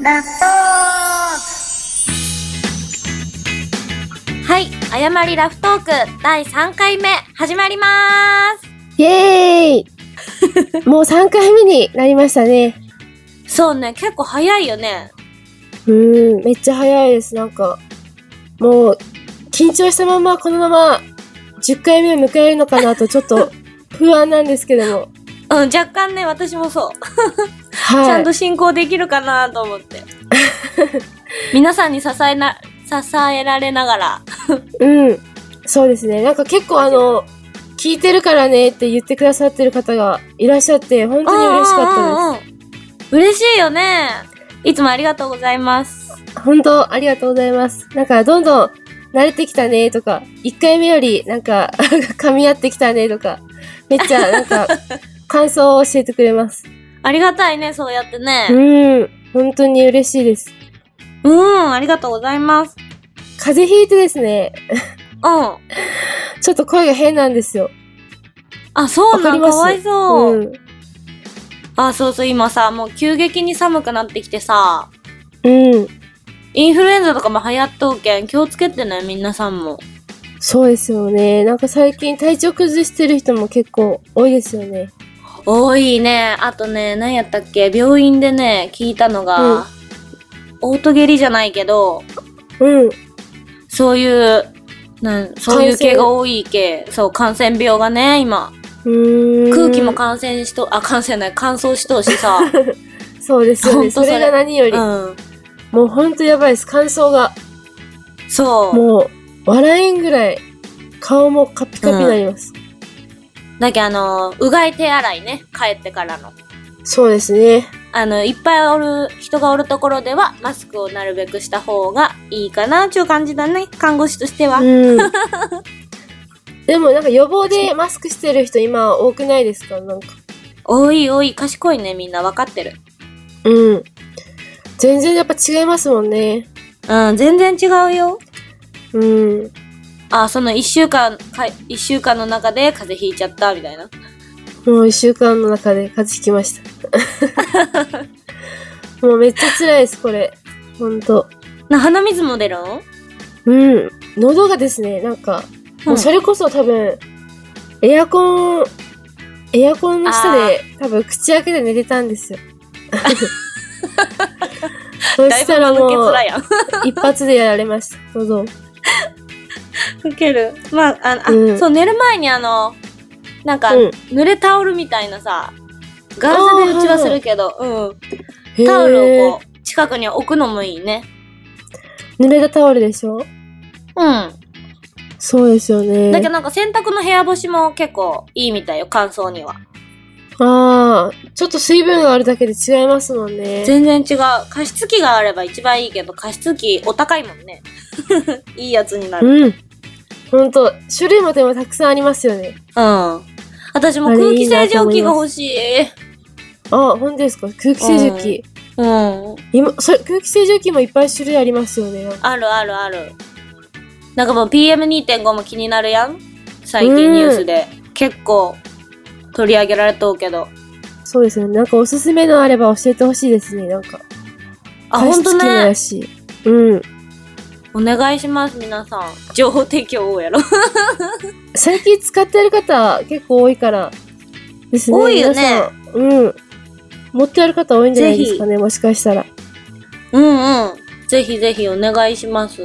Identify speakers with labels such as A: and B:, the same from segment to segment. A: 納豆
B: はい、誤りラフトーク第3回目始まりま
C: イエー イもう3回目になりましたね。
B: ーす。そうね、結構早いよね。
C: うーん、めっちゃ早いです。なんか、もう、緊張したままこのまま10回目を迎えるのかなとちょっ と不安なんですけども。
B: うん、若干ね、私もそう。
C: はい。
B: ちゃんと進行できるかなと思 って。皆さんに支えな、支えられながら。
C: うん。そうですね。なんか結構あの、聞いてるからねって言ってくださってる方がいらっしゃって、本当に嬉しかったで
B: ったです。嬉しいよね。いつもありがとうございます。
C: す。本当ありがとうございます。なんかどんどん慣れてきたねとか、1回目よりなんか 噛み合ってきたねとか、めっちゃなん か感想を教えてくれます。
B: ありがたいね、そうやって
C: う
B: ね。
C: ん。本当に嬉しいです。
B: うん、ありがとうございます。
C: 風邪ひいてですね、
B: うん。
C: ちょっと声が変なんですよ。
B: あ、そうな
C: わか
B: ん
C: り
B: か
C: ます
B: わいそう。
C: うん。
B: あ、そうそう、今さ、もう急激に寒くなってきてさ、
C: うん。
B: インフルエンザとかも流行っとうけん、気をつけてね、みんなさんも。
C: そうですよね。なんか最近体調崩してる人も結構多いですよね。
B: 多いね。あとね、何やったっけ病院でね、聞いたのが、
C: うん
B: オートゲリじゃないけど、
C: うん。
B: そういう、なんそういう
C: 感染
B: 系が多いけ、そう、感染病がね、今。
C: うーん
B: 空気も感染しと、あ、感染ない、乾燥しとうし さ。
C: そうですよ
B: ほん
C: ね。
B: と
C: そ
B: それ
C: れが何より。
B: うん。
C: もうほんとやばいです。乾燥が。
B: そう。
C: もう、笑えんぐらい、顔もカピカピになります。
B: だけどあの、うがい手洗いね、帰ってからの。
C: そうですね。
B: あの、いっぱいおる、人がおるところでは、マスクをなるべくした方がいいかな、ちゅう感じだね。看護師としては。
C: うん。でもなんか予防でマスクしてる人今多くないですかなんか。
B: おいおい、賢いね、みんな分かってる。
C: うん。全然やっぱ違いますもんね。
B: うん、全然違うよ。
C: うん。
B: あ、その一週間、か一週間の中で風邪ひいちゃった、みたいな。
C: もう一週間の中で風邪ひきました。もうめっちゃ辛いです、これ。ほんと。
B: な、鼻水も出るん
C: うん。喉がですね、なんか、もうそれこそ多分、エアコン、エアコンの下で多分口開けて寝てたんで すよ。そ
B: だい
C: し
B: ぶ
C: たら
B: 抜け
C: も
B: づ
C: う
B: らいやん。
C: 一発でやられました。喉を。
B: 受ける。まあ、あの、あ
C: うん
B: そう、寝る前にあの、なんか、
C: うん
B: 濡れタオルみたいなさ、ガーゼでうちはするけど、う
C: へ
B: ん。
C: ー
B: タオルをこう、近くに置くのもいいね。
C: 濡れたタオルでしょ
B: うん。
C: そうですよね。
B: だけどなんか洗濯の部屋干しも結構いいみたいよ、乾燥には。
C: ああ、ちょっと水分があるだけで違いますもんね。
B: 全然違う。加湿器があれば一番いいけど、加湿器お高いもんね。 いいやつになる。うん。
C: うん。ほんと、種類もでもたくさんありますよね。
B: 私も空気清浄機が欲しい。
C: あ、ほんとですか空気清浄機。
B: うん。
C: 今、それ、空気清浄機もいっぱい種類ありますよね。
B: あるあるある。なんかもう PM2.5 も気になるやん最近ニュースで。結構取り上げられとうけど。
C: そうですよね。なんかおすすめのあれば教えてほしいですね。なんか。
B: あ、ほんと
C: 加湿器もや
B: ね。
C: し。うん。
B: お願いします、皆さん。情報提供をやろ。
C: 最近使ってる方結構多いからですね。
B: 多いよね
C: 皆さん。うん。持ってある方多いんじゃないですかね。もしかしたら。
B: うんうん。 ぜひぜひお願いします。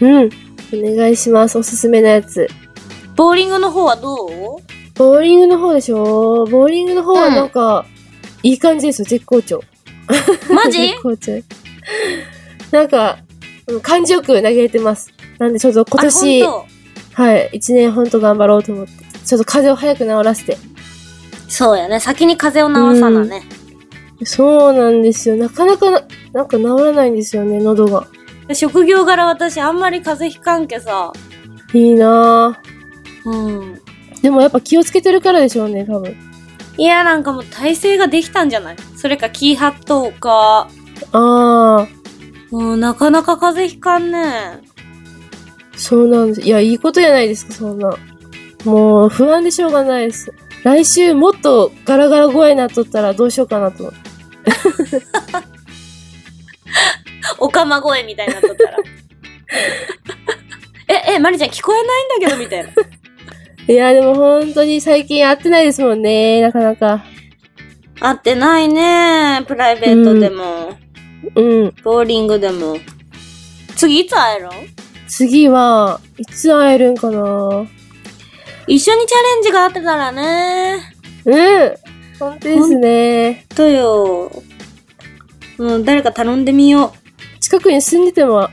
C: うん。お願いします。おすすめのやつ。
B: ボーリングの方はどう
C: ボーリングの方でしょボーリングの方はなんか、いい感じですよ、絶好調。
B: マジ
C: 絶好調。なんか、うん感じよく投げれてます。なんでちょっと今年、
B: あほんと
C: はい、一年ほんと頑張ろうと思って。ちょっと風邪を早く治らせて。
B: そうやね。先に風邪を治さなね。
C: そうなんですよ。なかなかな、なんか治らないんですよね、喉が。
B: 職業柄私あんまり風邪ひかんけさ。
C: いいな
B: うん。
C: ぁ。でもやっぱ気をつけてるからでしょうね、多分。
B: いや、なんかもう体勢ができたんじゃないそれか気張っとうか。
C: あー、
B: うん、なかなか風邪ひかんね。
C: そうなんです。いや、いいことじゃないですか、そんな。もう、不安でしょうがないです。来週、もっとガラガラ声になっとったらどうしようかなと思って。
B: おかま声みたいになっと ったら。え、え、まりちゃん聞こえないんだけど、みたいな。
C: いや、でも本当に最近会ってないですもんね、なかなか。
B: 会ってないねプライベートでも、
C: うん。
B: ボーリングでも。次いつ会えるん
C: 次は、いつ会えるんかな
B: 一緒にチャレンジがあってたらね。
C: うん本当ですね。
B: とよ。もう誰か頼んでみよ
C: 近くに住んでても、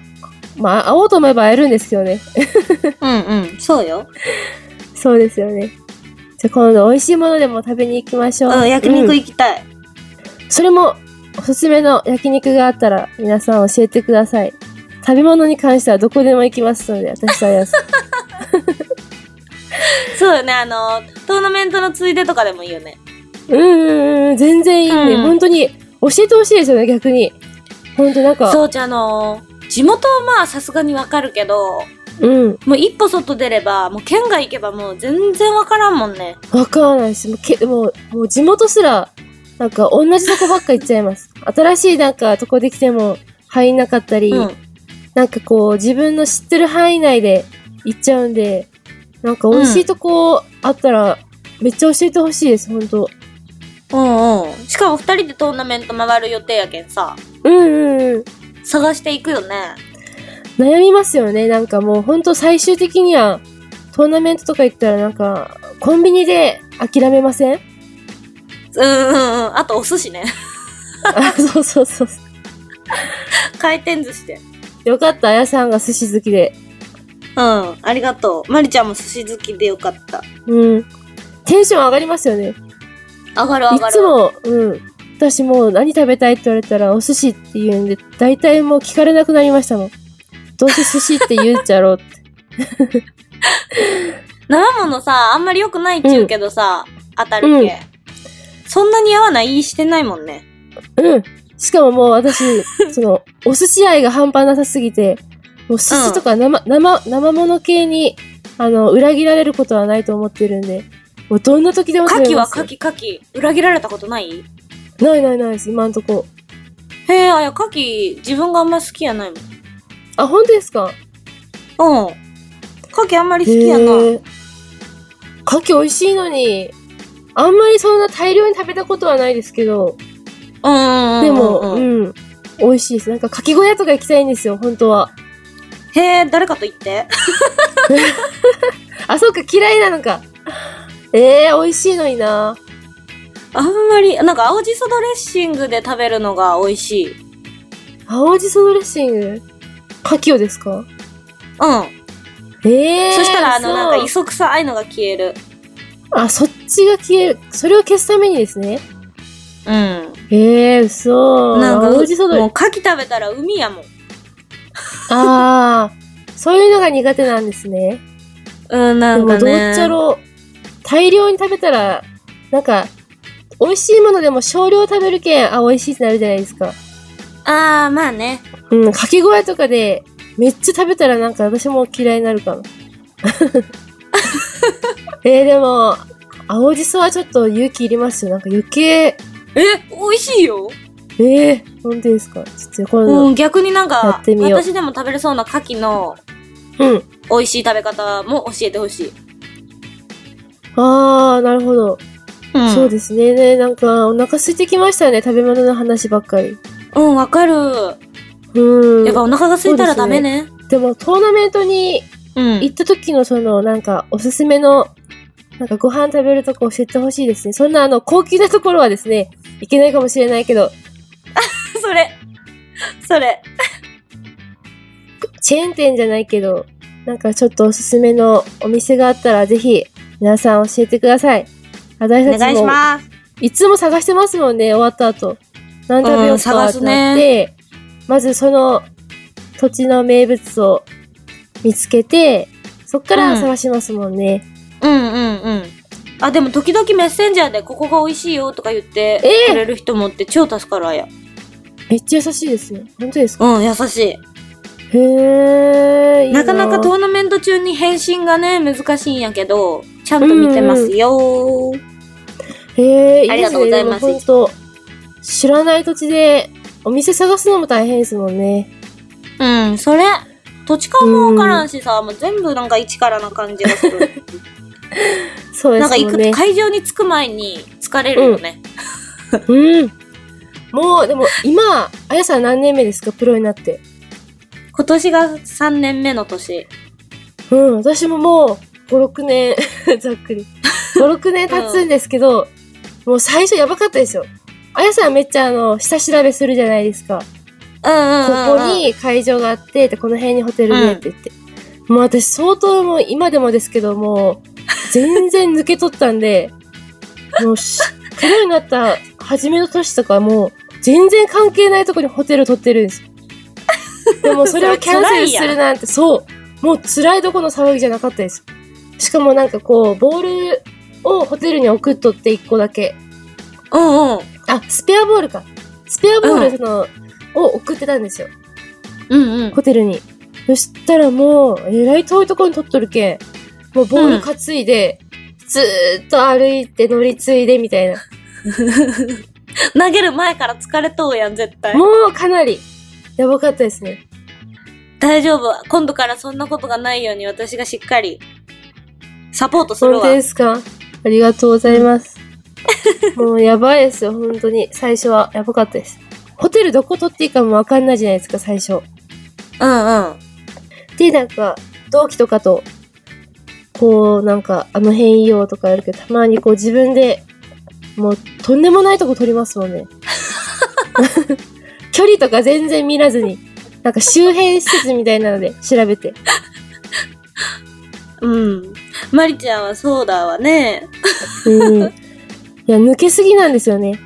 C: まあ、会おうと思えば会えるんですけどね。
B: う。うんうん。そうよ。
C: そうですよね。じゃあ今度美味しいものでも食べに行きましょう。
B: うん、焼肉
C: うん
B: 行きたい。
C: それも、おすすめの焼肉があったら、皆さん教えてください。食べ物に関してはどこでも行きますので、私とあやす。
B: そうよね。あの、トーナメントのついでとかでもいいよね。
C: うんうんうん、全然いいね。
B: うん
C: 本当に、教えてほしいですよね、逆に。本当なんか、
B: そうじゃあの、地元はまあさすがにわかるけど、
C: うん、
B: もう一歩外出れば、もう県外行けばもう全然わからんもんね。
C: わからないし、もうけもう、もう地元すら、なんか同じとこばっか行っちゃいます。 新しいなんかとこできても入んなかったり、
B: うん。
C: なんかこう自分の知ってる範囲内で行っちゃうんで、なんか美味しいとこあったら、めっちゃ教えてほしいです、本当
B: うんうん。しかも二人でトーナメント回る予定やけんさ、
C: うんうんうん。
B: 探していくよね。
C: 悩みますよね。なんかもう本当最終的には、トーナメントとか行ったらなんか、コンビニで諦めません
B: うんうんうん。あとお寿司ね。
C: あ、そうそうそう。
B: 回転寿司で。
C: よかった、あやさんが寿司好きで。
B: うん。ありがとう。まりちゃんも寿司好きでよかった。
C: うん。テンション上がりますよね。
B: 上がる上
C: い
B: がる。
C: つも、うん。私もう何食べたいって言われたらお寿司って言うんで、大体もう聞かれなくなりましたもん。どうせ寿司って言うじゃろうって。
B: 生ものさ、あんまり良くないっちゅうけどさ、当たるけ、
C: うん
B: そんなに合わない言いしてないもんね。
C: うん。しかももう私、その、お寿司愛が半端なさすぎて、もう寿司とか生、生、生物系に、あの、裏切られることはないと思ってるんで、もうどんな時でも
B: 牡
C: 食べ
B: 蠣は
C: ます
B: 牡蠣牡蠣。裏切られたことない
C: ないないないです、今んとこ。
B: へえ、あや、牡蠣、自分があんま好きやない
C: あ、本当ですか
B: もん。うん。牡蠣あんまり
C: 好
B: 好きやな。
C: 牡蠣美味しいのに、あんまりそんな大量に食べたことはないですけど、
B: うんうんうんうん。
C: でも、うん。美味しいです。なんか、牡蠣小屋とか行きたいんですよ、本当は。
B: へえ、誰かと言って。
C: あ、そうか、嫌いなのか。えー、美味しいのにな
B: あんまり、なんか青じそドレッシングで食べるのが美味しい。うん。
C: 青じそドレッシングカキオですかええー、
B: そしたら、あ
C: そ
B: の、
C: う
B: なんか、磯臭いのが消える。
C: あ、そっちが消える。それを消すためにですね。
B: うん。
C: ええー、そう。
B: なんか、もう
C: 青
B: 牡
C: じそドレッシング。
B: 蠣食べたら海やもん。
C: ああ、そういうのが苦手なんですね。
B: うん、な
C: で
B: ん
C: も、
B: か
C: どうっち
B: ね。
C: ゃろう。大量に食べたら、なんか、美味しいものでも少量食べるけん、あ、美味しいってなるじゃないですか。
B: あー、まあね。
C: うん、かき小屋とかで、めっちゃ食べたらなんか私も嫌いにな るかな。えー、でも、青じそはちょっと勇気いりますよ。なんか余計、
B: え、美味しいよ。
C: えー、本当ですかちょっと今度、
B: うん、逆になん
C: や
B: か
C: っ、てみよう
B: 私でも食べれそうな牡蠣の
C: うん。
B: 美味しい食べ方も教えてほしい。
C: あー、なるほど。
B: うん
C: そうですね。ね、なんかお腹空いてきましたね。食べ物の話ばっかり。
B: うん、わかる。
C: うん
B: やっ。ぱお腹が空いたらダメね。
C: でも、トーナメントに
B: うん
C: 行った時のその、なんか、おすすめの、なんかご飯食べるとこ教えてほしいですね。そんなあの、高級なところはですね、いけないかもしれないけど、
B: それ。 それ。
C: チェーン店じゃないけど、なんかちょっとおすすめのお店があったら、ぜひ、皆さん教えてください。私
B: お
C: た
B: 願
C: ち
B: いし
C: も、
B: ます。
C: いつも探してますもんね、終わった後。何食べようかってなって、まずその土地の名物を見つけて、そっから探しますもんね。
B: うんうんうん。あ、でも時々メッセンジャーでここが美味しいよとか言って
C: えー
B: くれる人もって超助かるわや。
C: めっちゃ優しいですね。本当ですか
B: うん、優しい。
C: へえ。いい
B: なかなかトーナメント中に返信がね、難しいんやけど、ちゃんと見てますよ
C: へえ、いいですね。
B: ありがとうございます
C: でも本当知らない土地でお店探すのも大変ですもんね。
B: うん、それ。土地勘もわからんしさ、もう全部なんか一からな感じが する。
C: そうで
B: なん
C: す
B: か行
C: もん
B: く、
C: ね。
B: 会場に着く前に疲れるよね。
C: うん。もう、でも今、あやさん何年目ですかプロになって。
B: 今年が3年目の年。
C: うん、私ももう5、6年、 ざっくり。5、6年経つんですけど、もう最初やばかったですよ。あやさんめっちゃあの、下調べするじゃないですか。
B: うんうんうん、うん。
C: ここ。に会場があって、でこの辺にホテルでって言って。もう私相当もう今でもですけど、もう全然抜け取ったんで、 もうし、プロになった初めの年とかもう全然関係ないとこにホテル取ってるんですよ。でもそれをキャンセルする なんて、そう、もう辛いどこの騒ぎじゃなかったです。しかもなんかこう、ボールをホテルに送っとって一個だけ。
B: うんうん。
C: あ、スペアボールか。スペアボー
B: うん
C: ルその、を送ってたんですよ。
B: うんうん。
C: ホテルに。そしたらもう、えらい遠いところに取っとるけん。もうボール担いで、ずーっと歩いて乗り継いでみたいな。
B: 投げる前から疲れとうやん、絶対。
C: もうかなり、やばかったですね。
B: 大丈夫。今度からそんなことがないように私がしっかりサポートする
C: 本
B: わ。
C: 当ですかありがとうございます。もうやばいですよ、本当に。最初はやばかったです。ホテルどこ取っていいかもわかんないじゃないですか、最初。
B: うんうん。
C: で、なんか、同期とかと、こう、なんか、あの辺いいよとかやるけど、たまにこう自分で、もう、とんでもないとこ撮りますもんね。 距離とか全然見らずに、なんか周辺施設みたいなので調べて。
B: うん。マリちゃんはそうだわね。
C: うん。いや、抜けすぎなんですよね。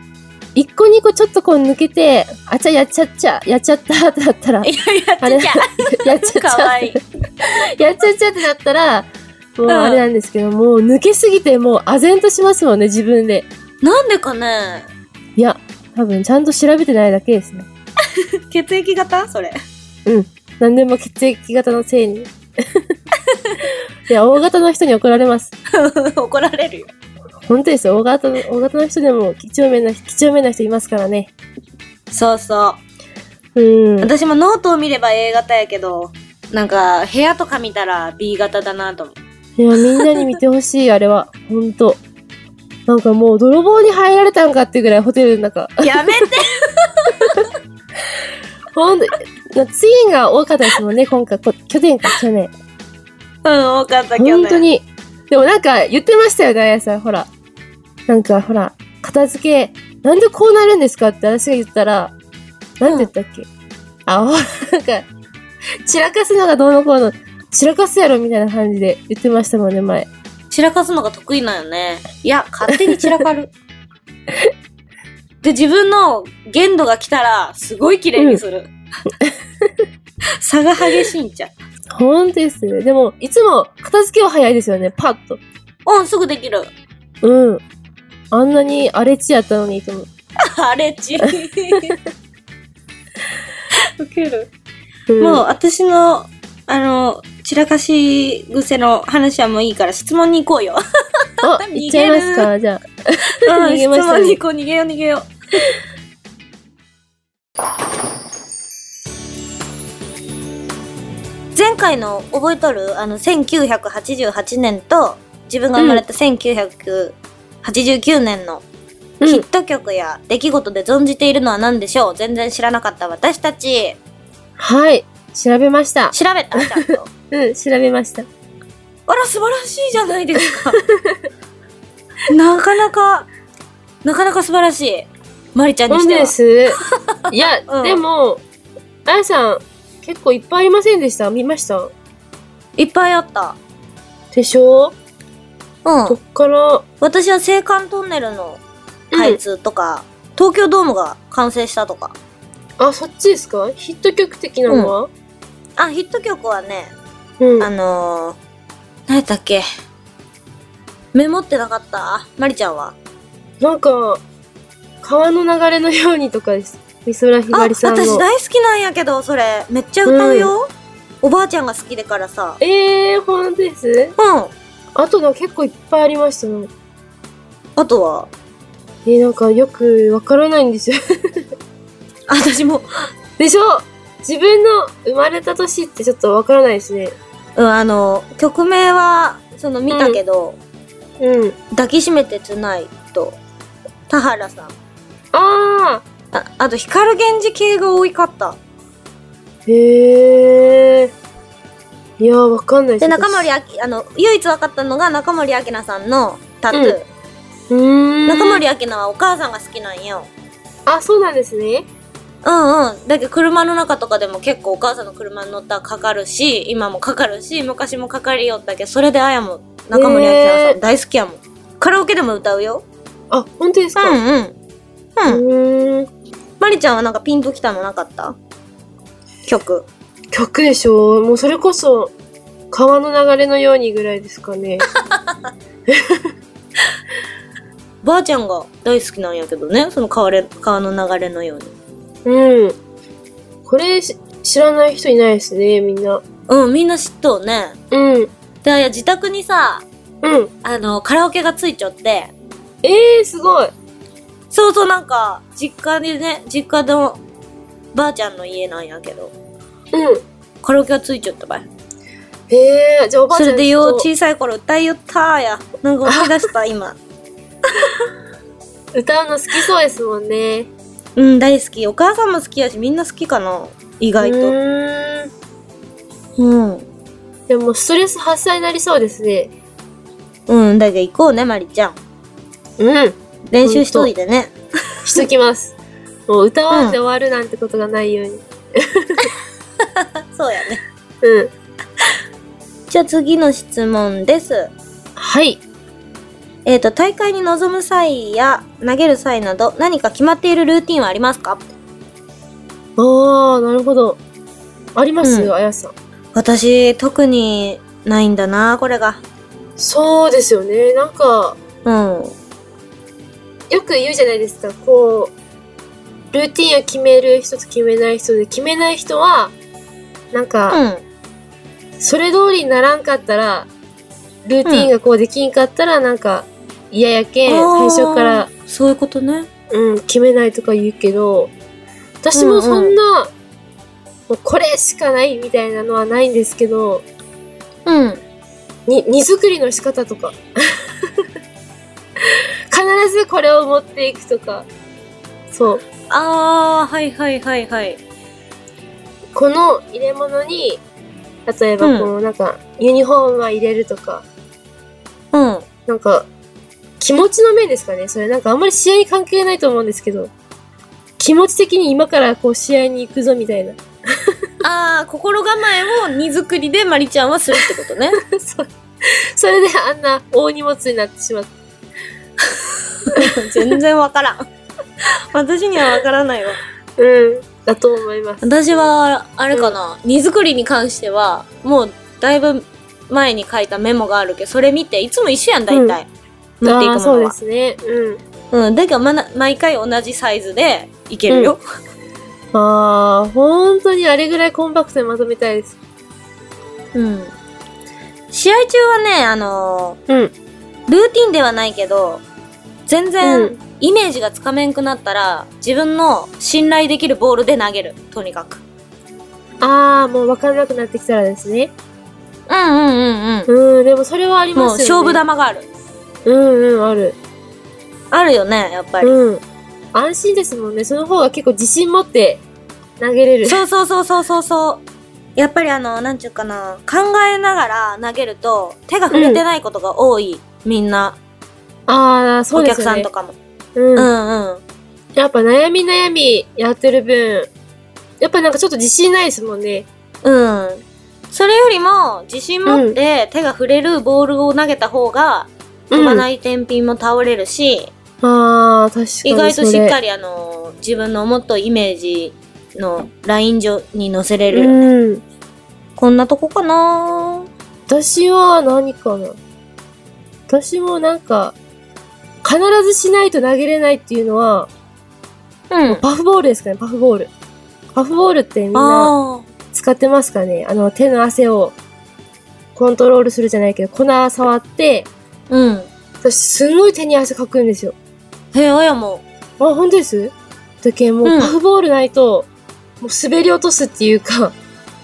C: 一個二個ちょっとこう抜けて、あちゃやっちゃっちゃ、やっちゃったってなったら、
B: いやいや、
C: あれ、
B: ちっち
C: やっちゃっち
B: ゃ。
C: ゃ。
B: かわいい。
C: やっちゃっちゃってなったら、もううんあれなんですけど、もう抜けすぎて、もう唖然としますもんね、自分で。
B: なんでかね
C: いや、多分ちゃんと調べてないだけですね。
B: 血液型それ。
C: 何でも血液型のせいに。 いや、大型の人に怒られます。
B: 怒られるよ。
C: 本当ですよ、大型の、大型の人でも、几帳面な、几帳面な人いますからね。
B: そうそう。
C: うん。
B: 私もノートを見れば A 型やけど、なんか部屋とか見たら B 型だなと思う。
C: いや、みんなに見てほしい、あれは。本当なんかもう、泥棒に入られたんかっていうぐらいホテルの中。
B: やめて
C: ほんと、なツインが多かったですもんね、今回。こ去年か、去年。
B: うん、多かったけどね。
C: 本当。に。でもなんか言ってましたよね、あやさん。ほら。なんかほら、片付け、なんでこうなるんですかって私が言ったら、なんて言ったっけ、あ、ほら、なんか、散らかすのがどうのこうの、散らかすやろみたいな感じで言ってましたもんね、前。
B: 散らかすのが得意なんよね。いや、勝手に散らかる。で、自分の限度が来たら、すごい綺麗にする。差が激しいんちゃう。
C: ほんとですね。でも、いつも片付けは早いですよね、パッと。
B: うん、すぐできる。
C: うん。あんなに荒れ地やったのにと思う。
B: あれち。受ける。
C: うん
B: もう、私の、あの、散らかし癖の話はもういいから、質問に行こうよ。
C: あ、行っちゃいますか、じゃあ。
B: うん 質
C: 逃げましたね
B: 問に行こう、逃げよう、逃げよう。前回の覚えとるあの1988年と自分が生まれた1989年のヒット曲や出来事で存じているのは何でしょう全然知らなかった私たち
C: はい。調べました。
B: 調べ たちゃんと
C: うん、調べました。
B: あら素晴らしいじゃないです かなかなかなかなか素晴らしいまりちゃんに
C: 本
B: し
C: 当
B: ては
C: です。 いや、
B: うん
C: でも、あやさん、結構いっぱいありませんでした見ました
B: いっぱいあった
C: でしょ
B: うん
C: こっから、
B: 私は青函トンネルの開通とか、東京ドームが完成したとか。
C: あ、そっちですかヒット曲的なのは、
B: あ、ヒット曲はね、
C: うん、
B: あのー、何やったっけメモってなかったまりちゃんは。
C: なんか、川の流れのようにとかです。美空ひ
B: あ、
C: ばり
B: 私
C: さんの。
B: 大好きなんやけど、それ。めっちゃ歌うよ。おばあちゃんが好きでからさ。
C: えー、ほんとです
B: うん。
C: あとなんか結構いっぱいありましたね。
B: あとは、
C: えー、なんかよくわからないんですよ。
B: 私も、
C: でしょ自分の生まれた年ってちょっとわからないですね。
B: うん、あの、曲名は、その見たけど、
C: うん。
B: 抱きしめてつないと、田原さん。
C: あ
B: ああと、光源氏系が多いかった。
C: ーへえ。いやー、わかんない
B: で、中森
C: 明。
B: 明、あの、唯一分かったのが中森明菜さんのタトゥー。
C: うーん。
B: 中森明菜はお母さんが好きなんよ。
C: あ、そうなんですね。
B: うんうん。だけど車の中とかでも結構お母さんの車に乗ったらかかるし、今もかかるし、昔もかかりよったけど、それであやも中森明菜さん大好きやもん。カラオケでも歌うよ。
C: あ、本当です
B: う
C: か、
B: んうん。うん。
C: うーん。
B: まりちゃんはなんかピンときたのなかった曲。
C: 曲でしょもうそれこそ、川の流れのようにぐらいです かね。
B: ばあちゃんが大好きなんやけどね、その川れ川の流れのように。
C: うん。これし知らない人いないですね、みんな。
B: うん、みんな知っとうね。
C: うん。
B: で、あや自宅にさ、
C: うん。
B: あの、カラオケがついちゃって、
C: えー、すごい。
B: そうそうなんか、実家でね、実家のばあちゃんの家なんやけど、
C: うん。
B: カラオケがついちゃったばい。
C: えー、じゃあおばあち
B: そ
C: ゃん
B: れでよう
C: ずっ
B: 小さい頃歌いよったーや。なんか思い出 した、今。
C: と歌うの好きそうですもんね。
B: うん、大好き。お母さんも好きやし、みんな好きかな。意外
C: う
B: と。
C: ーん。
B: うん。
C: でもストレス発散になりそうですね。
B: うん、だけど行こうね、まりちゃん。
C: うん。
B: 練習しといてね。
C: しときます。もう歌わんで終わるなんてことがないように。
B: そうやね。
C: うん。
B: じゃあ次の質問です。
C: はい。
B: えっ、と、大会に臨む際や投げる際など、何か決まっているルーティンはありますか
C: ああ、なるほど。あります
B: うん
C: よ、あやさん。
B: 私、特にないんだな、これが。
C: そうですよね。なんか、
B: うん。
C: よく言うじゃないですか。こう、ルーティンを決める人と決めない人で、決めない人は、なんか、
B: うん。
C: それ通りにならんかったら、ルーティンがこうできんかったら、なんか、嫌やけん、
B: あ
C: 最
B: ー
C: 初から、
B: そういうことね。
C: うん、決めないとか言うけど、私
B: うんう
C: も
B: ん
C: そんな、もうこれしかないみたいなのはないんですけど、
B: うん。
C: に、荷造りの仕方とか。 必ずこれを持っていくとか。そう。
B: ああ、はいはいはいはい。
C: この入れ物に、例えばこうなんか、ユニフォームは入れるとか、
B: うん。うん
C: なんか、気持ちの面ですかね。それなんかあんまり試合に関係ないと思うんですけど、気持ち的に今からこう試合に行くぞみたいな。
B: ああ、心構えを荷造りでまりちゃんはするってことね。
C: そうそれであんな大荷物になってしまって。
B: 全然わからん。私にはわからないわ。
C: うん。だと思います。
B: 私は、あれかな、荷造りに関しては、もうだいぶ前に書いたメモがあるけど、それ見て、いつも一緒やん、大体。持っていく
C: あー
B: も
C: そう
B: の
C: で
B: は。
C: すね。うん。
B: うん。だけど、まな、毎回同じサイズでいけるよ。
C: ああ、本当にあれぐらいコンパクトにまとめたいです。
B: うん。試合中はね、あのー
C: うん。
B: ルーティンではないけど、全
C: う
B: 然
C: ん
B: イメージがつかめんくなったら、自分の信頼できるボールで投げる、とにかく。
C: ああ、もう分からなくなってきたらですね。
B: うんうんうんう
C: うん、でもそれはあり
B: ん。もう
C: ます
B: 勝
C: よ
B: 負
C: ね。
B: 球がある。
C: うんうん、ある。
B: あるよね、やっぱり。
C: うん。安心ですもんね。その方が結構自信持って投げれる。
B: そうそうそうそうそうそう。やっぱりあの、なんちゅうかな、考えながら投げると、手が触れてないことが多い、みんな、
C: ああ、そ
B: お
C: うで
B: 客
C: す
B: さ
C: よ
B: ん
C: ね
B: と。かも。
C: う。
B: うんんうん。
C: やっぱ悩み悩みやってる分、やっぱなんかちょっと自信ないですもんね。
B: うん。それよりも、自信持って手が触れるボールを投げた方が、飛ばない天秤も倒れるし、
C: ああ、確かにそれ。
B: 意外としっか
C: り
B: りあの、自分のもっとイメージのライン上に乗せれる。
C: うん。
B: こんなとこかな
C: 私は何かな。私もなんか、必ずしないと投げれないっていうのは、
B: うん。
C: パフボールですかね、パフボール。パフボールってみんな
B: あ
C: 使ってますかねあの、手の汗をコントロールするじゃないけど、粉触って、
B: あ。うん。
C: 私すんごい手に汗かくんですよ。
B: へえ、あやも。
C: あ、本当ですだけもう
B: うん
C: パフボールないと、もう滑り落とすっていうか、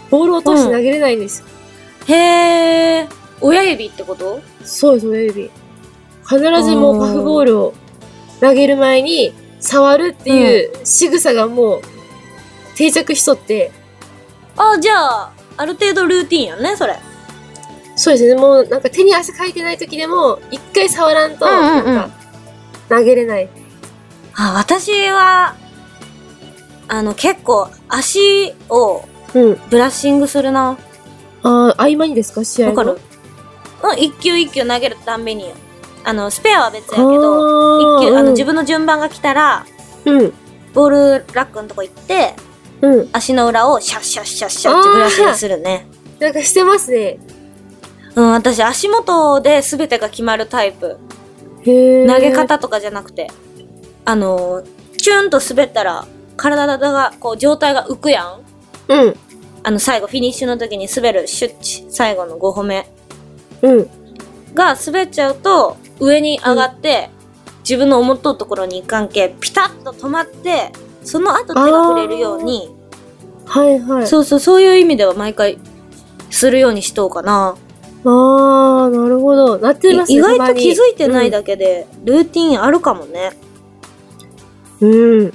C: ボール落として投げれないんですよ。
B: へえ。親指ってこと
C: そうです、親指。必ずもうパフボールを投げる前に触るっていう仕草がもう定着しとって、
B: あ、じゃあ、ある程度ルーティンやんね、それ。
C: そうですね、もうなんか手に汗かいてない時でも、一回触らんと、
B: うんうんう
C: な
B: ん
C: んか投げれない。
B: あ、私は、あの、結構、足を
C: うん。
B: ブラッシングするな。
C: ああ、合間にですか試合
B: わ
C: の
B: かるうん、一球一球投げるたんびに。あの、スペアは別やけ
C: あ
B: ど、
C: ー
B: 一球、あ
C: う
B: の、
C: ん
B: 自分の順番が来たら、
C: うん。
B: ボールラックのとこ行って、
C: うん。
B: 足の裏をシャッシャッシャッシャッってブラシでするね。
C: なんかしてますね。
B: うん、私足元で全てが決まるタイプ。
C: へえ。
B: 投げ。方とかじゃなくて。あのー、チュンと滑ったら、体が、こう、上体が浮くやん。
C: うん。
B: あの、最後、フィニッシュの時に滑る、シュッチ、最後の5歩目
C: うん。
B: が滑っちゃうと、上に上がって、自分の思っとうところに行かんけ、ピタッと止まって、その後手が触れるように、
C: はいはい。
B: そうそう、そういう意味では毎回、するようにしとうかな。
C: ああ、なるほど。なってます
B: い
C: ね。
B: 意
C: た
B: 外
C: ま
B: と
C: に
B: 気づいてないだけで、ルーティンあるかもね。
C: うん。うん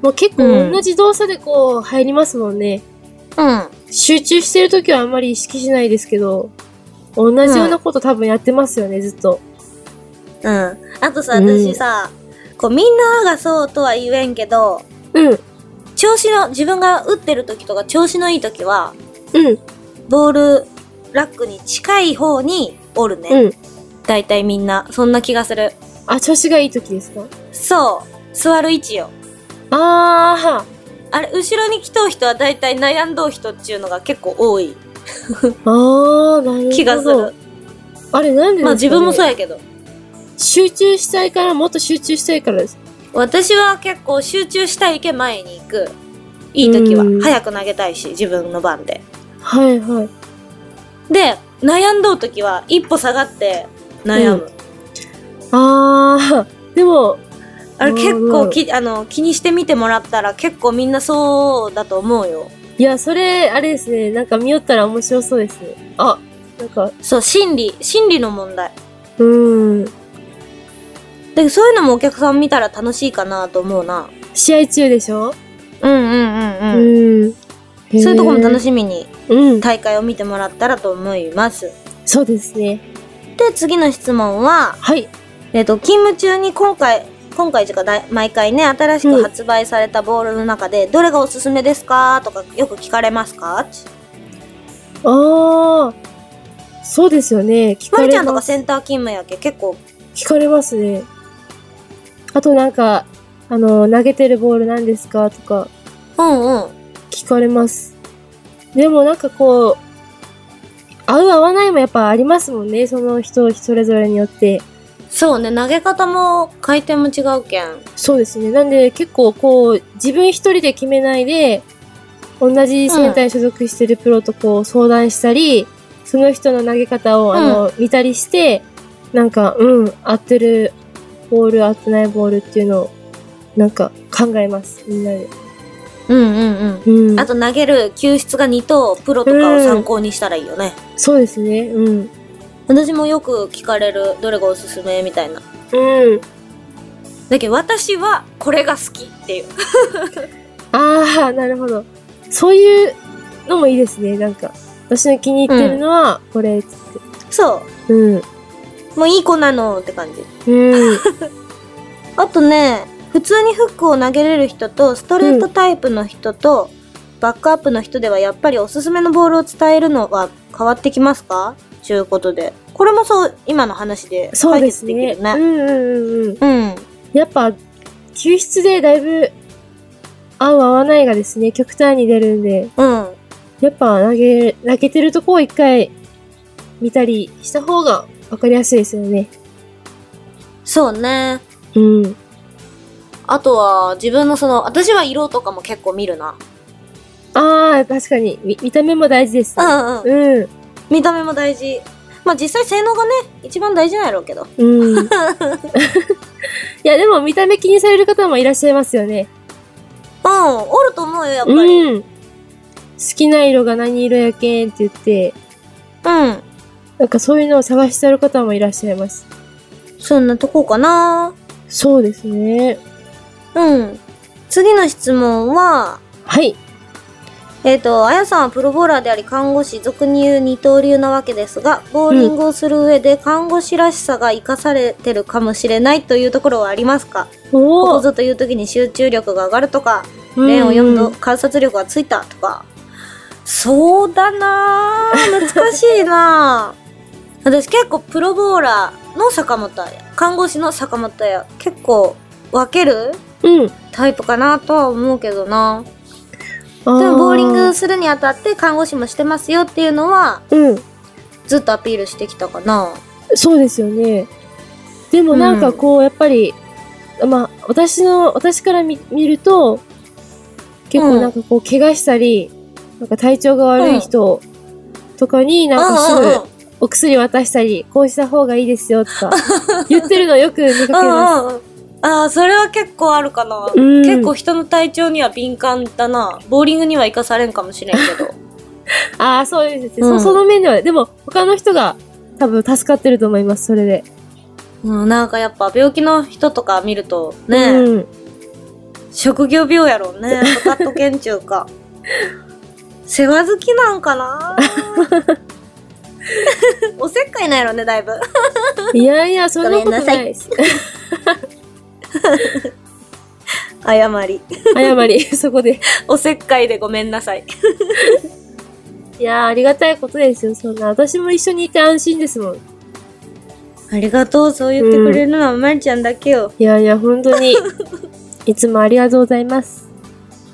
C: もう結
B: う
C: 構
B: ん
C: 同じ動作でこう入りますもんね。
B: うん。
C: 集中してるときはあんまり意識しないですけど、同じようなこと多分やってますよね、ずっと。
B: うん。あとさ、
C: うん
B: 私さ、こうみんながそうとは言えんけど、
C: うん。
B: 調子の、自分が打ってる時とか調子のいい時は、
C: うん。
B: ボールラックに近い方におるね。
C: うん。
B: だいたいみんな、そんな気がする。
C: あ、調子がいいときですか
B: そう。座る位置よ。
C: あ
B: あれ、後ろに来とう人はだいたい悩んどう人っていうのが結構多い
C: あ。ああ、なるほど。
B: 気がする。
C: あれなんでですかね、
B: まあ自分もそうやけど。
C: 集中したいから、もっと集中したいからです。
B: 私は結構集中したいけ前に行く。いい時は
C: うん。
B: 早く投げたいし、自分の番で。
C: はいはい。
B: で、悩んどう時は一歩下がって悩む。
C: ああ、でも、
B: あれ
C: うん
B: 結構き、あの、気にしてみてもらったら結構みんなそうだと思うよ。
C: いや、それ、あれですね。なんか見よったら面白そうですね。あ、なんか、
B: そう、心理、心理の問題。
C: うーん。
B: で、そういうのもお客さん見たら楽しいかなと思うな。
C: 試合中でしょ
B: うんうんうん
C: う
B: うん。
C: ん。
B: そういうとこも楽
C: し
B: しみに
C: い。うん。
B: 大会を見てもらったらと思います。
C: そうですね。
B: で、次の質問は、
C: はい。
B: えっ、と、勤務中に今回、今回というかだい毎回ね、新しく発売されたボールの中で、どれがおすすめですかとかよく聞かれますか
C: ああ、そうですよね。聞
B: ま
C: か
B: りちゃ
C: れ
B: んと
C: ま
B: か
C: す。
B: センター勤務やけ結構、
C: 聞かれますね。あとなんか、あの、投げてるボールなんですかとか、
B: うんうん。
C: 聞かれます。でもなんかこう、合う合わないもやっぱありますもんね。その人、それぞれによって。
B: そうね、投げ方も回転も違うけん。
C: そうですね。なんで結構こう、自分一人で決めないで、同じセンターに所属してるプロとこう相談したり、その人の投げ方をあの、見たりして、なんか、うん、合ってるボール、合ってないボールっていうのを、なんか考えます。みんなで。
B: うんうんうん。
C: うん。
B: あと投げる球質が2等、プロとかを参考にしたらいいよね。
C: そうですね。うん。
B: 私もよく聞かれる、どれがおすすめみたいな。
C: うん。
B: だけど私はこれが好きっていう。
C: ああ、なるほど。そういうのもいいですね。なんか、私の気に入ってるのは、これ、つって。
B: そ
C: うん。
B: う。もういい子なのって感じ。
C: うん。
B: あとね、普通にフックを投げれる人と、ストレートタイプの人と、バックアップの人ではやっぱりおすすめのボールを伝えるのは変わってきますかということで。これもそう、今の話で
C: そう
B: 解
C: で
B: 決
C: す
B: でき
C: ね。
B: る
C: うん
B: ね。
C: うんうんうん。
B: うん。
C: やっぱ、救出でだいぶ、合う合わないがですね、極端に出るんで、
B: うん。
C: やっぱ投げ、投げてるとこを一回、見たりした方が分かりやすいですよね。
B: そうね。
C: うん。
B: あとは、自分のその、私は色とかも結構見るな。
C: ああ、確かに。み見た目も大事です
B: う
C: ね。
B: んうん。
C: うん。
B: 見た目も大事。まあ実際性能がね、一番大事なんやろうけど。
C: うん。いや、でも見た目気にされる方もいらっしゃいますよね。
B: うん、おると思うよ、やっぱり。
C: うん。好きな色が何色やけんって言って、
B: うん。
C: なんかそういうのを探してある方もいらっしゃいます。
B: そんなとこかな。
C: そうですね。
B: うん。次の質問は、
C: はい。
B: えっ、と、あやさんはプロボーラーであり、看護師、俗に言う二刀流なわけですが、ボーリングをする上で看護師らしさが活かされてるかもしれないというところはありますかこ
C: お
B: こぞという時に集中力が上がるとか、
C: うん
B: 面を読むの観察力がついたとか。そうだなぁ。難しいなぁ。 私結構プロボーラーの坂本や、看護師の坂本や、結構分ける
C: うん。
B: タイプかなとは思うけどな
C: あー
B: でもボーリングするにあたって看護師もしてますよっていうのは
C: うん。
B: ずっとアピールしてきたかな
C: そうですよね。でもなんかこう、やっぱり、まあ、私の、私から見見ると、結構なんかこう、怪我したり、なんか体調が悪い人とかになんかすぐ、お薬渡したり、こうした方がいいですよと か、言ってるのよく見かけ
B: うんうん
C: ます。
B: うんうんああそれは結構あるかな、
C: うん
B: 結構人の体調には敏感だなボーリングには生かされんかもしれんけ ど
C: ああ、そうですね、
B: うん
C: そ。その面では、でも他の人が多分助かってると思います、それで。
B: うんなんかやっぱ病気の人とか見るとね、
C: うん。
B: 職業病やろう ねかかっとけんちゅうか世話好きなんかな おせっかいなんやろねだいぶ
C: いやいや、そんなこと
B: ごめんなさ
C: ないいです。
B: 謝り
C: 謝り、 そこで。
B: おせっかいでごめんなさい。
C: いやー、ありがたいことですよ、そんな。私も一緒にいて安心ですもん。
B: ありがとう、そう言ってくれるのはまりちゃんだけよ。
C: いやいや、本当に。いつもありがとうございます。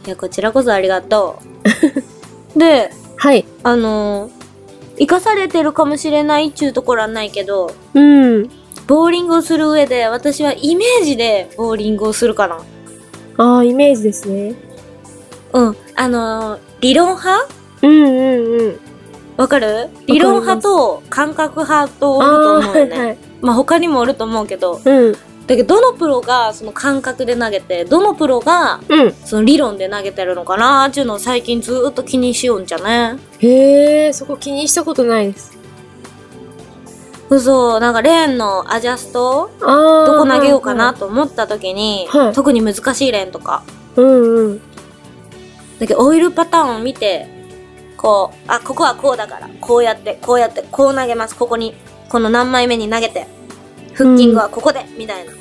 B: いや、こちらこそありがと う。で、
C: はい。
B: あのー、生かされてるかもしれないっちゅうところはないけど、
C: うん。
B: ボーリングをする上で私はイメージでボーリングをするかな。
C: ああ、イメージですね。
B: うん。あのー、理論派
C: うんうんうん。
B: わかる理論派と感覚派とおると思うよね。
C: あーはいはい。
B: まあ他にもおると思うけど、
C: うん。
B: だけどどのプロがその感覚で投げて、どのプロが
C: うん。
B: その理論で投げてるのかなーっていうのを最近ずーっと気にしようんじゃね。
C: へえ、そこ気にしたことないです。
B: 嘘、なんかレーンのアジャスト
C: ああ。
B: どこ投げようかなと思った時に、
C: はい
B: 特に難しいレーンとか。
C: うんうん。
B: だけどオイルパターンを見て、こう、あ、ここはこうだから、こうやって、こうやって、こう投げます、ここに、この何枚目に投げて、フッキングはここで、みたいな。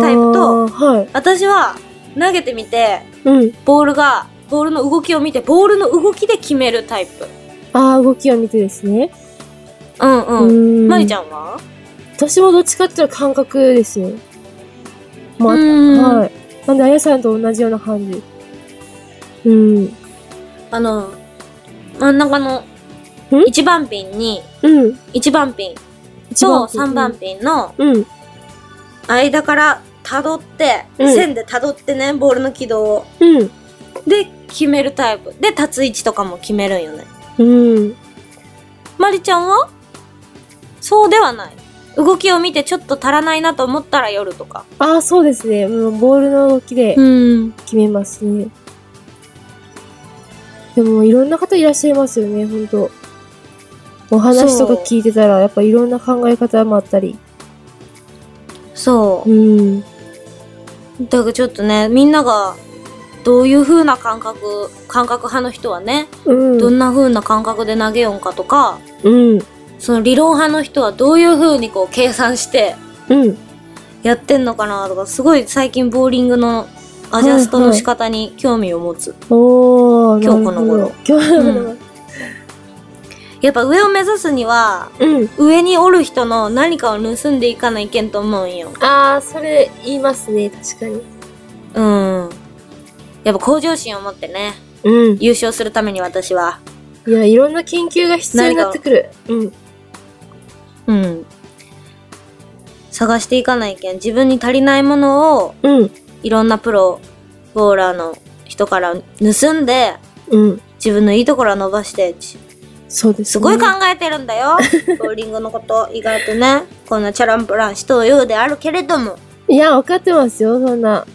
B: タイプと
C: あーはい。
B: 私は、投げてみて、
C: うん。
B: ボールが、ボールの動きを見て、ボールの動きで決めるタイプ。
C: ああ、動きを見てですね。
B: うん
C: う
B: うん。
C: ん
B: まりちゃんは
C: 私もどっちかっていうと感覚ですよ。まあ、
B: ん
C: はい。なんで、あやさんと同じような感じ。うん。
B: あの、真ん中の
C: ん
B: 1番ピンに、
C: うん。
B: 1番ピン
C: 一
B: と
C: 番
B: 3番ピンの
C: うん。
B: 間から辿って、
C: うん
B: 線で辿ってね、ボールの軌道を。
C: うん。
B: で、決めるタイプ。で、立つ位置とかも決めるんよね。
C: うん。
B: まりちゃんはそうではない。動きを見てちょっと足らないなと思ったら夜とか。
C: ああ、そうですね。もうボールの動きで
B: ん。
C: 決めますね。でも、いろんな方いらっしゃいますよね、ほんと。お話とか聞いてたら、やっぱいろんな考え方もあったり。
B: そう
C: う。ん。
B: だからちょっとね、みんなが、どういう風な感覚、感覚派の人はね、
C: うん。
B: どんな風な感覚で投げよんかとか、
C: うん。
B: その理論派の人はどういう風にこう計算して
C: うん。
B: やってんのかなとか、すごい最近ボーリングのアジャストの仕方に興味を持つ。
C: おー、
B: 今日この頃
C: なるほど。今日この頃。
B: やっぱ上を目指すには、
C: うん。
B: 上におる人の何かを盗んでいかないけんと思うんよ。
C: ああ、それ言いますね、確かに。
B: うん。やっぱ向上心を持ってね、
C: うん。
B: 優勝するために私は。
C: いや、いろんな研究が必要になってくる。うん。
B: うん。探していかないけん、自分に足りないものを、
C: うん。
B: いろんなプロボーラーの人から盗んで、
C: うん。
B: 自分のいいところは伸ばして、じ
C: そうです、ね。
B: すごい考えてるんだよ。ボーリングのこと、意外とね、こんなチャランプランしとうようであるけれども。
C: いや、分かってますよ、そんな。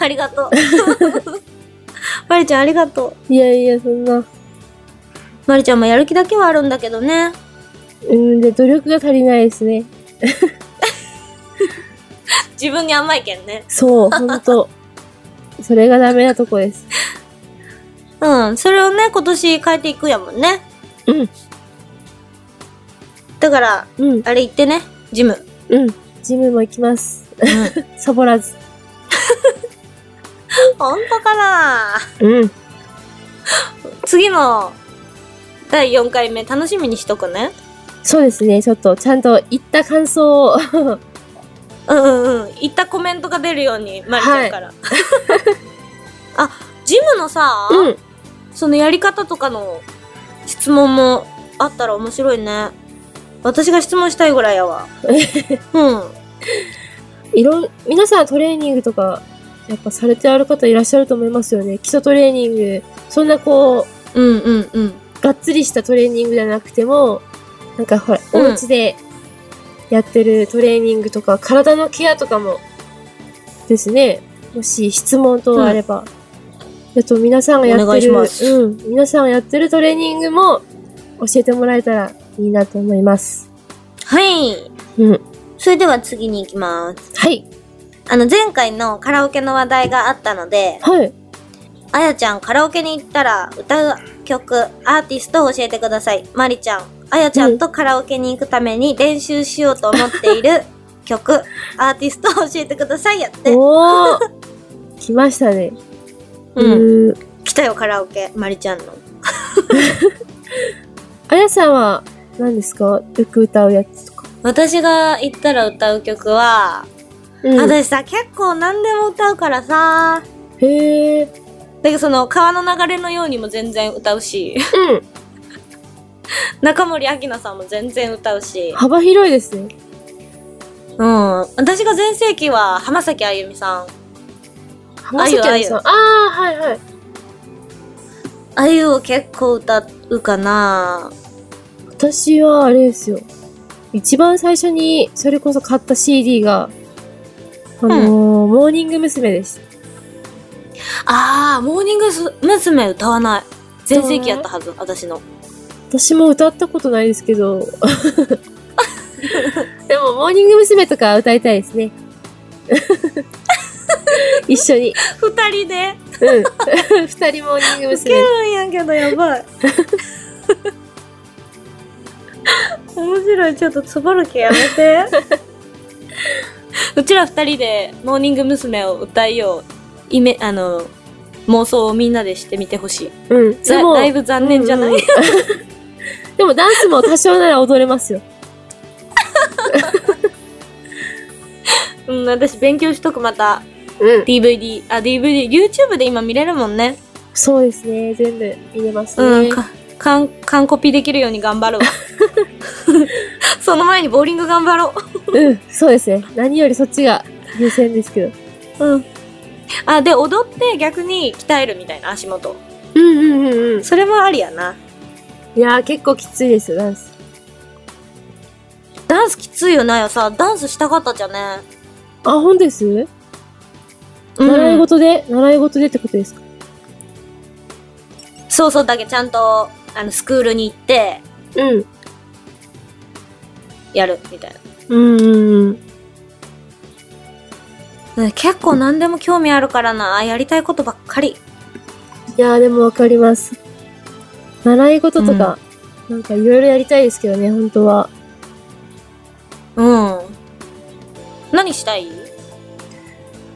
B: ありがと う。まりちゃんありがとう。
C: いやいや、そんな。
B: まりちゃんもやる気だけはあるんだけどね。
C: うん、で、努力が足りないですね。
B: 自分に甘いけんね。
C: そう、ほんと。それがダメなとこです。
B: うん。それをね、今年変えていくやもんね。
C: うん。
B: だから、
C: うん、
B: あれ行ってね、ジム。
C: うん。ジムも行きます。 サボらず。
B: 本当かな
C: うん。
B: 次の第4回目楽しみにしとくね。
C: そうですね、ちょっと、ちゃんと行った感想を。
B: うんうんうん。言ったコメントが出るように、まりちゃんから。 あ、ジムのさ、
C: うん。
B: そのやり方とかの質問もあったら面白いね。私が質問したいぐらいや わ。うん。
C: いろん、皆さんトレーニングとか、やっぱされてある方いらっしゃると思いますよね。基礎トレーニング。そんなこう、
B: うんうんうん。
C: がっつりしたトレーニングじゃなくても、なんかほら、
B: うん
C: お家でやってるトレーニングとか、体のケアとかもですね。もし質問等あれば。あと皆さんがや
B: お願
C: っ
B: いし
C: てる、
B: ます
C: うん、皆さんがやってるトレーニングも教えてもらえたらいいなと思います。
B: はい。
C: うん。
B: それでは次に行きます。
C: はい。
B: あの、前回のカラオケの話題があったので、
C: はい。
B: あやちゃんカラオケに行ったら歌う曲、アーティストを教えてください。まりちゃん、あやちゃんとカラオケに行くために練習しようと思ってい る曲、アーティストを教えてくださいやって。
C: おー 来ましたね。
B: うん。
C: ーん
B: 来たよ、カラオケ、まりちゃんの。
C: あやさんは何ですかよく歌うやつとか。
B: 私が行ったら歌う曲は、
C: うん
B: 私さ、結構何でも歌うからさ、
C: へえ。
B: だけどその川の流れのようにも全然歌うし、
C: うん。
B: 中森明菜さんも全然歌うし、
C: 幅広いですね。
B: うん。私が全盛期は浜崎あゆみさん、
C: 浜崎あゆさん。ああー、はいはい。
B: あゆを結構歌うかな
C: 私はあれですよ。一番最初にそれこそ買った CD が、あのーモーニング娘。です。
B: あー、モーニングす娘歌わない。全盛期やったはず、私の。
C: 私も歌ったことないですけ ど。でも、モーニング娘。とか歌いたいですね。 一緒に。
B: 二人で
C: うん。 二人モーニ
B: ウケ
C: ング娘。
B: るんやけどやばい。面白い、ちょっとつばるけやめて。 うちら二人でモーニング娘。を歌いよう、イメ、あの、妄想をみんなでしてみてほしい。
C: うん。
B: だ
C: でも
B: だいぶ残念じゃない、
C: うんうんでもダンスも多少なら踊れますよ。
B: うん、私勉強しとくまた。
C: うん。
B: DVD、あ、DVD、YouTube で今見れるもんね。
C: そうですね。全部見れます
B: う
C: ね。
B: ん、か、かん、完コピできるように頑 張るわ。その前にボーリング頑張ろ
C: うん、そうですね。何よりそっちが優先ですけど。
B: う。うん。あ、で、踊って逆に鍛えるみたいな、足元。
C: うんうんうんうん。
B: それもありやな。
C: いやー、結構きついですよ、ダンス。
B: ダンスきついよなよさ、ダンスしたかったじゃね。
C: あ、本当です
B: うん
C: 習い事で、習い事でってことですか
B: そうそう、だけどちゃんと、あの、スクールに行って、
C: うん。
B: やる、みたいな。
C: うんうんうん。
B: うん結構何でも興味あるからな、やりたいことばっかり。
C: いやー、でもわかります。習い事とか、なんかいろいろやりたいですけどね、本当は。
B: うん。何したい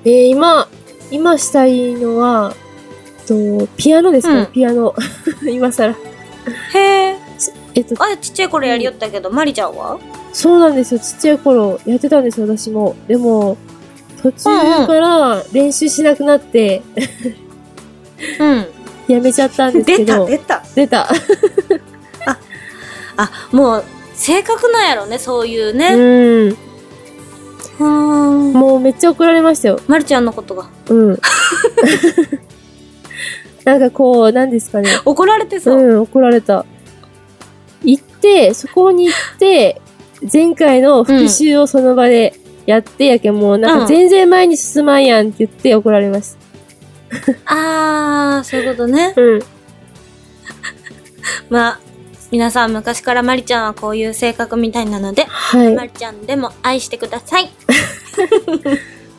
C: えー、今、今したいのは、えっと、ピアノですか、
B: うん
C: ピアノ。 今更。
B: へえ。
C: えっと、
B: あ、ちっちゃい頃やりよったけど、マリちゃんは
C: そうなんですよ。ちっちゃい頃やってたんですよ、私も。でも、途中から練習しなくなって、
B: う
C: やめちゃったんですけ
B: 出た、
C: ど。
B: 出た。
C: 出た。
B: あ、もう、性格なんやろね、そういうね。
C: うん。
B: うーん。
C: もうめっちゃ怒られましたよ。
B: マリちゃんのことが。
C: うん。なんかこう、なんですかね。
B: 怒られてそう。
C: うん、怒られた。行って、そこに行って、前回の復習をその場でやってやけんもうなん
B: う
C: か
B: ん
C: 全然前に進まんやんって言って怒られます。
B: あー、そういうことね。
C: うん。
B: まあ、皆さん昔からマリちゃんはこういう性格みたいなので、
C: は
B: マ
C: い。
B: リちゃんでも愛してください。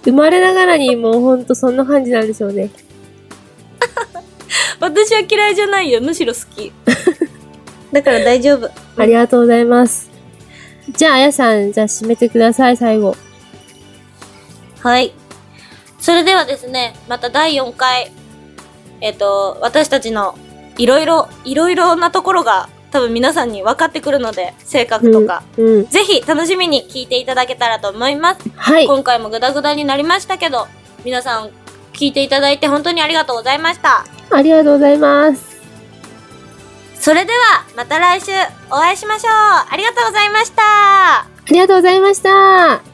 C: 生まれながらにもうほんとそんな感じなんでしょうね。
B: 私は嫌いじゃないよ。むしろ好き。 だから大丈夫。
C: ありがとうございます。じゃあ、あやさん、じゃあ締めてください、最後。
B: はい。それではですね、また第4回、えっ、と、私たちのいろいろ、いろいろなところが多分皆さんに分かってくるので、性格とか。
C: うん。
B: ぜひ楽しみに聞いていただけたらと思います。
C: はい。
B: 今回もグダグダになりましたけど、皆さん聞いていただいて本当にありがとうございました。
C: ありがとうございます。
B: それでは、また来週お会いしましょうありがとうございました
C: ありがとうございました。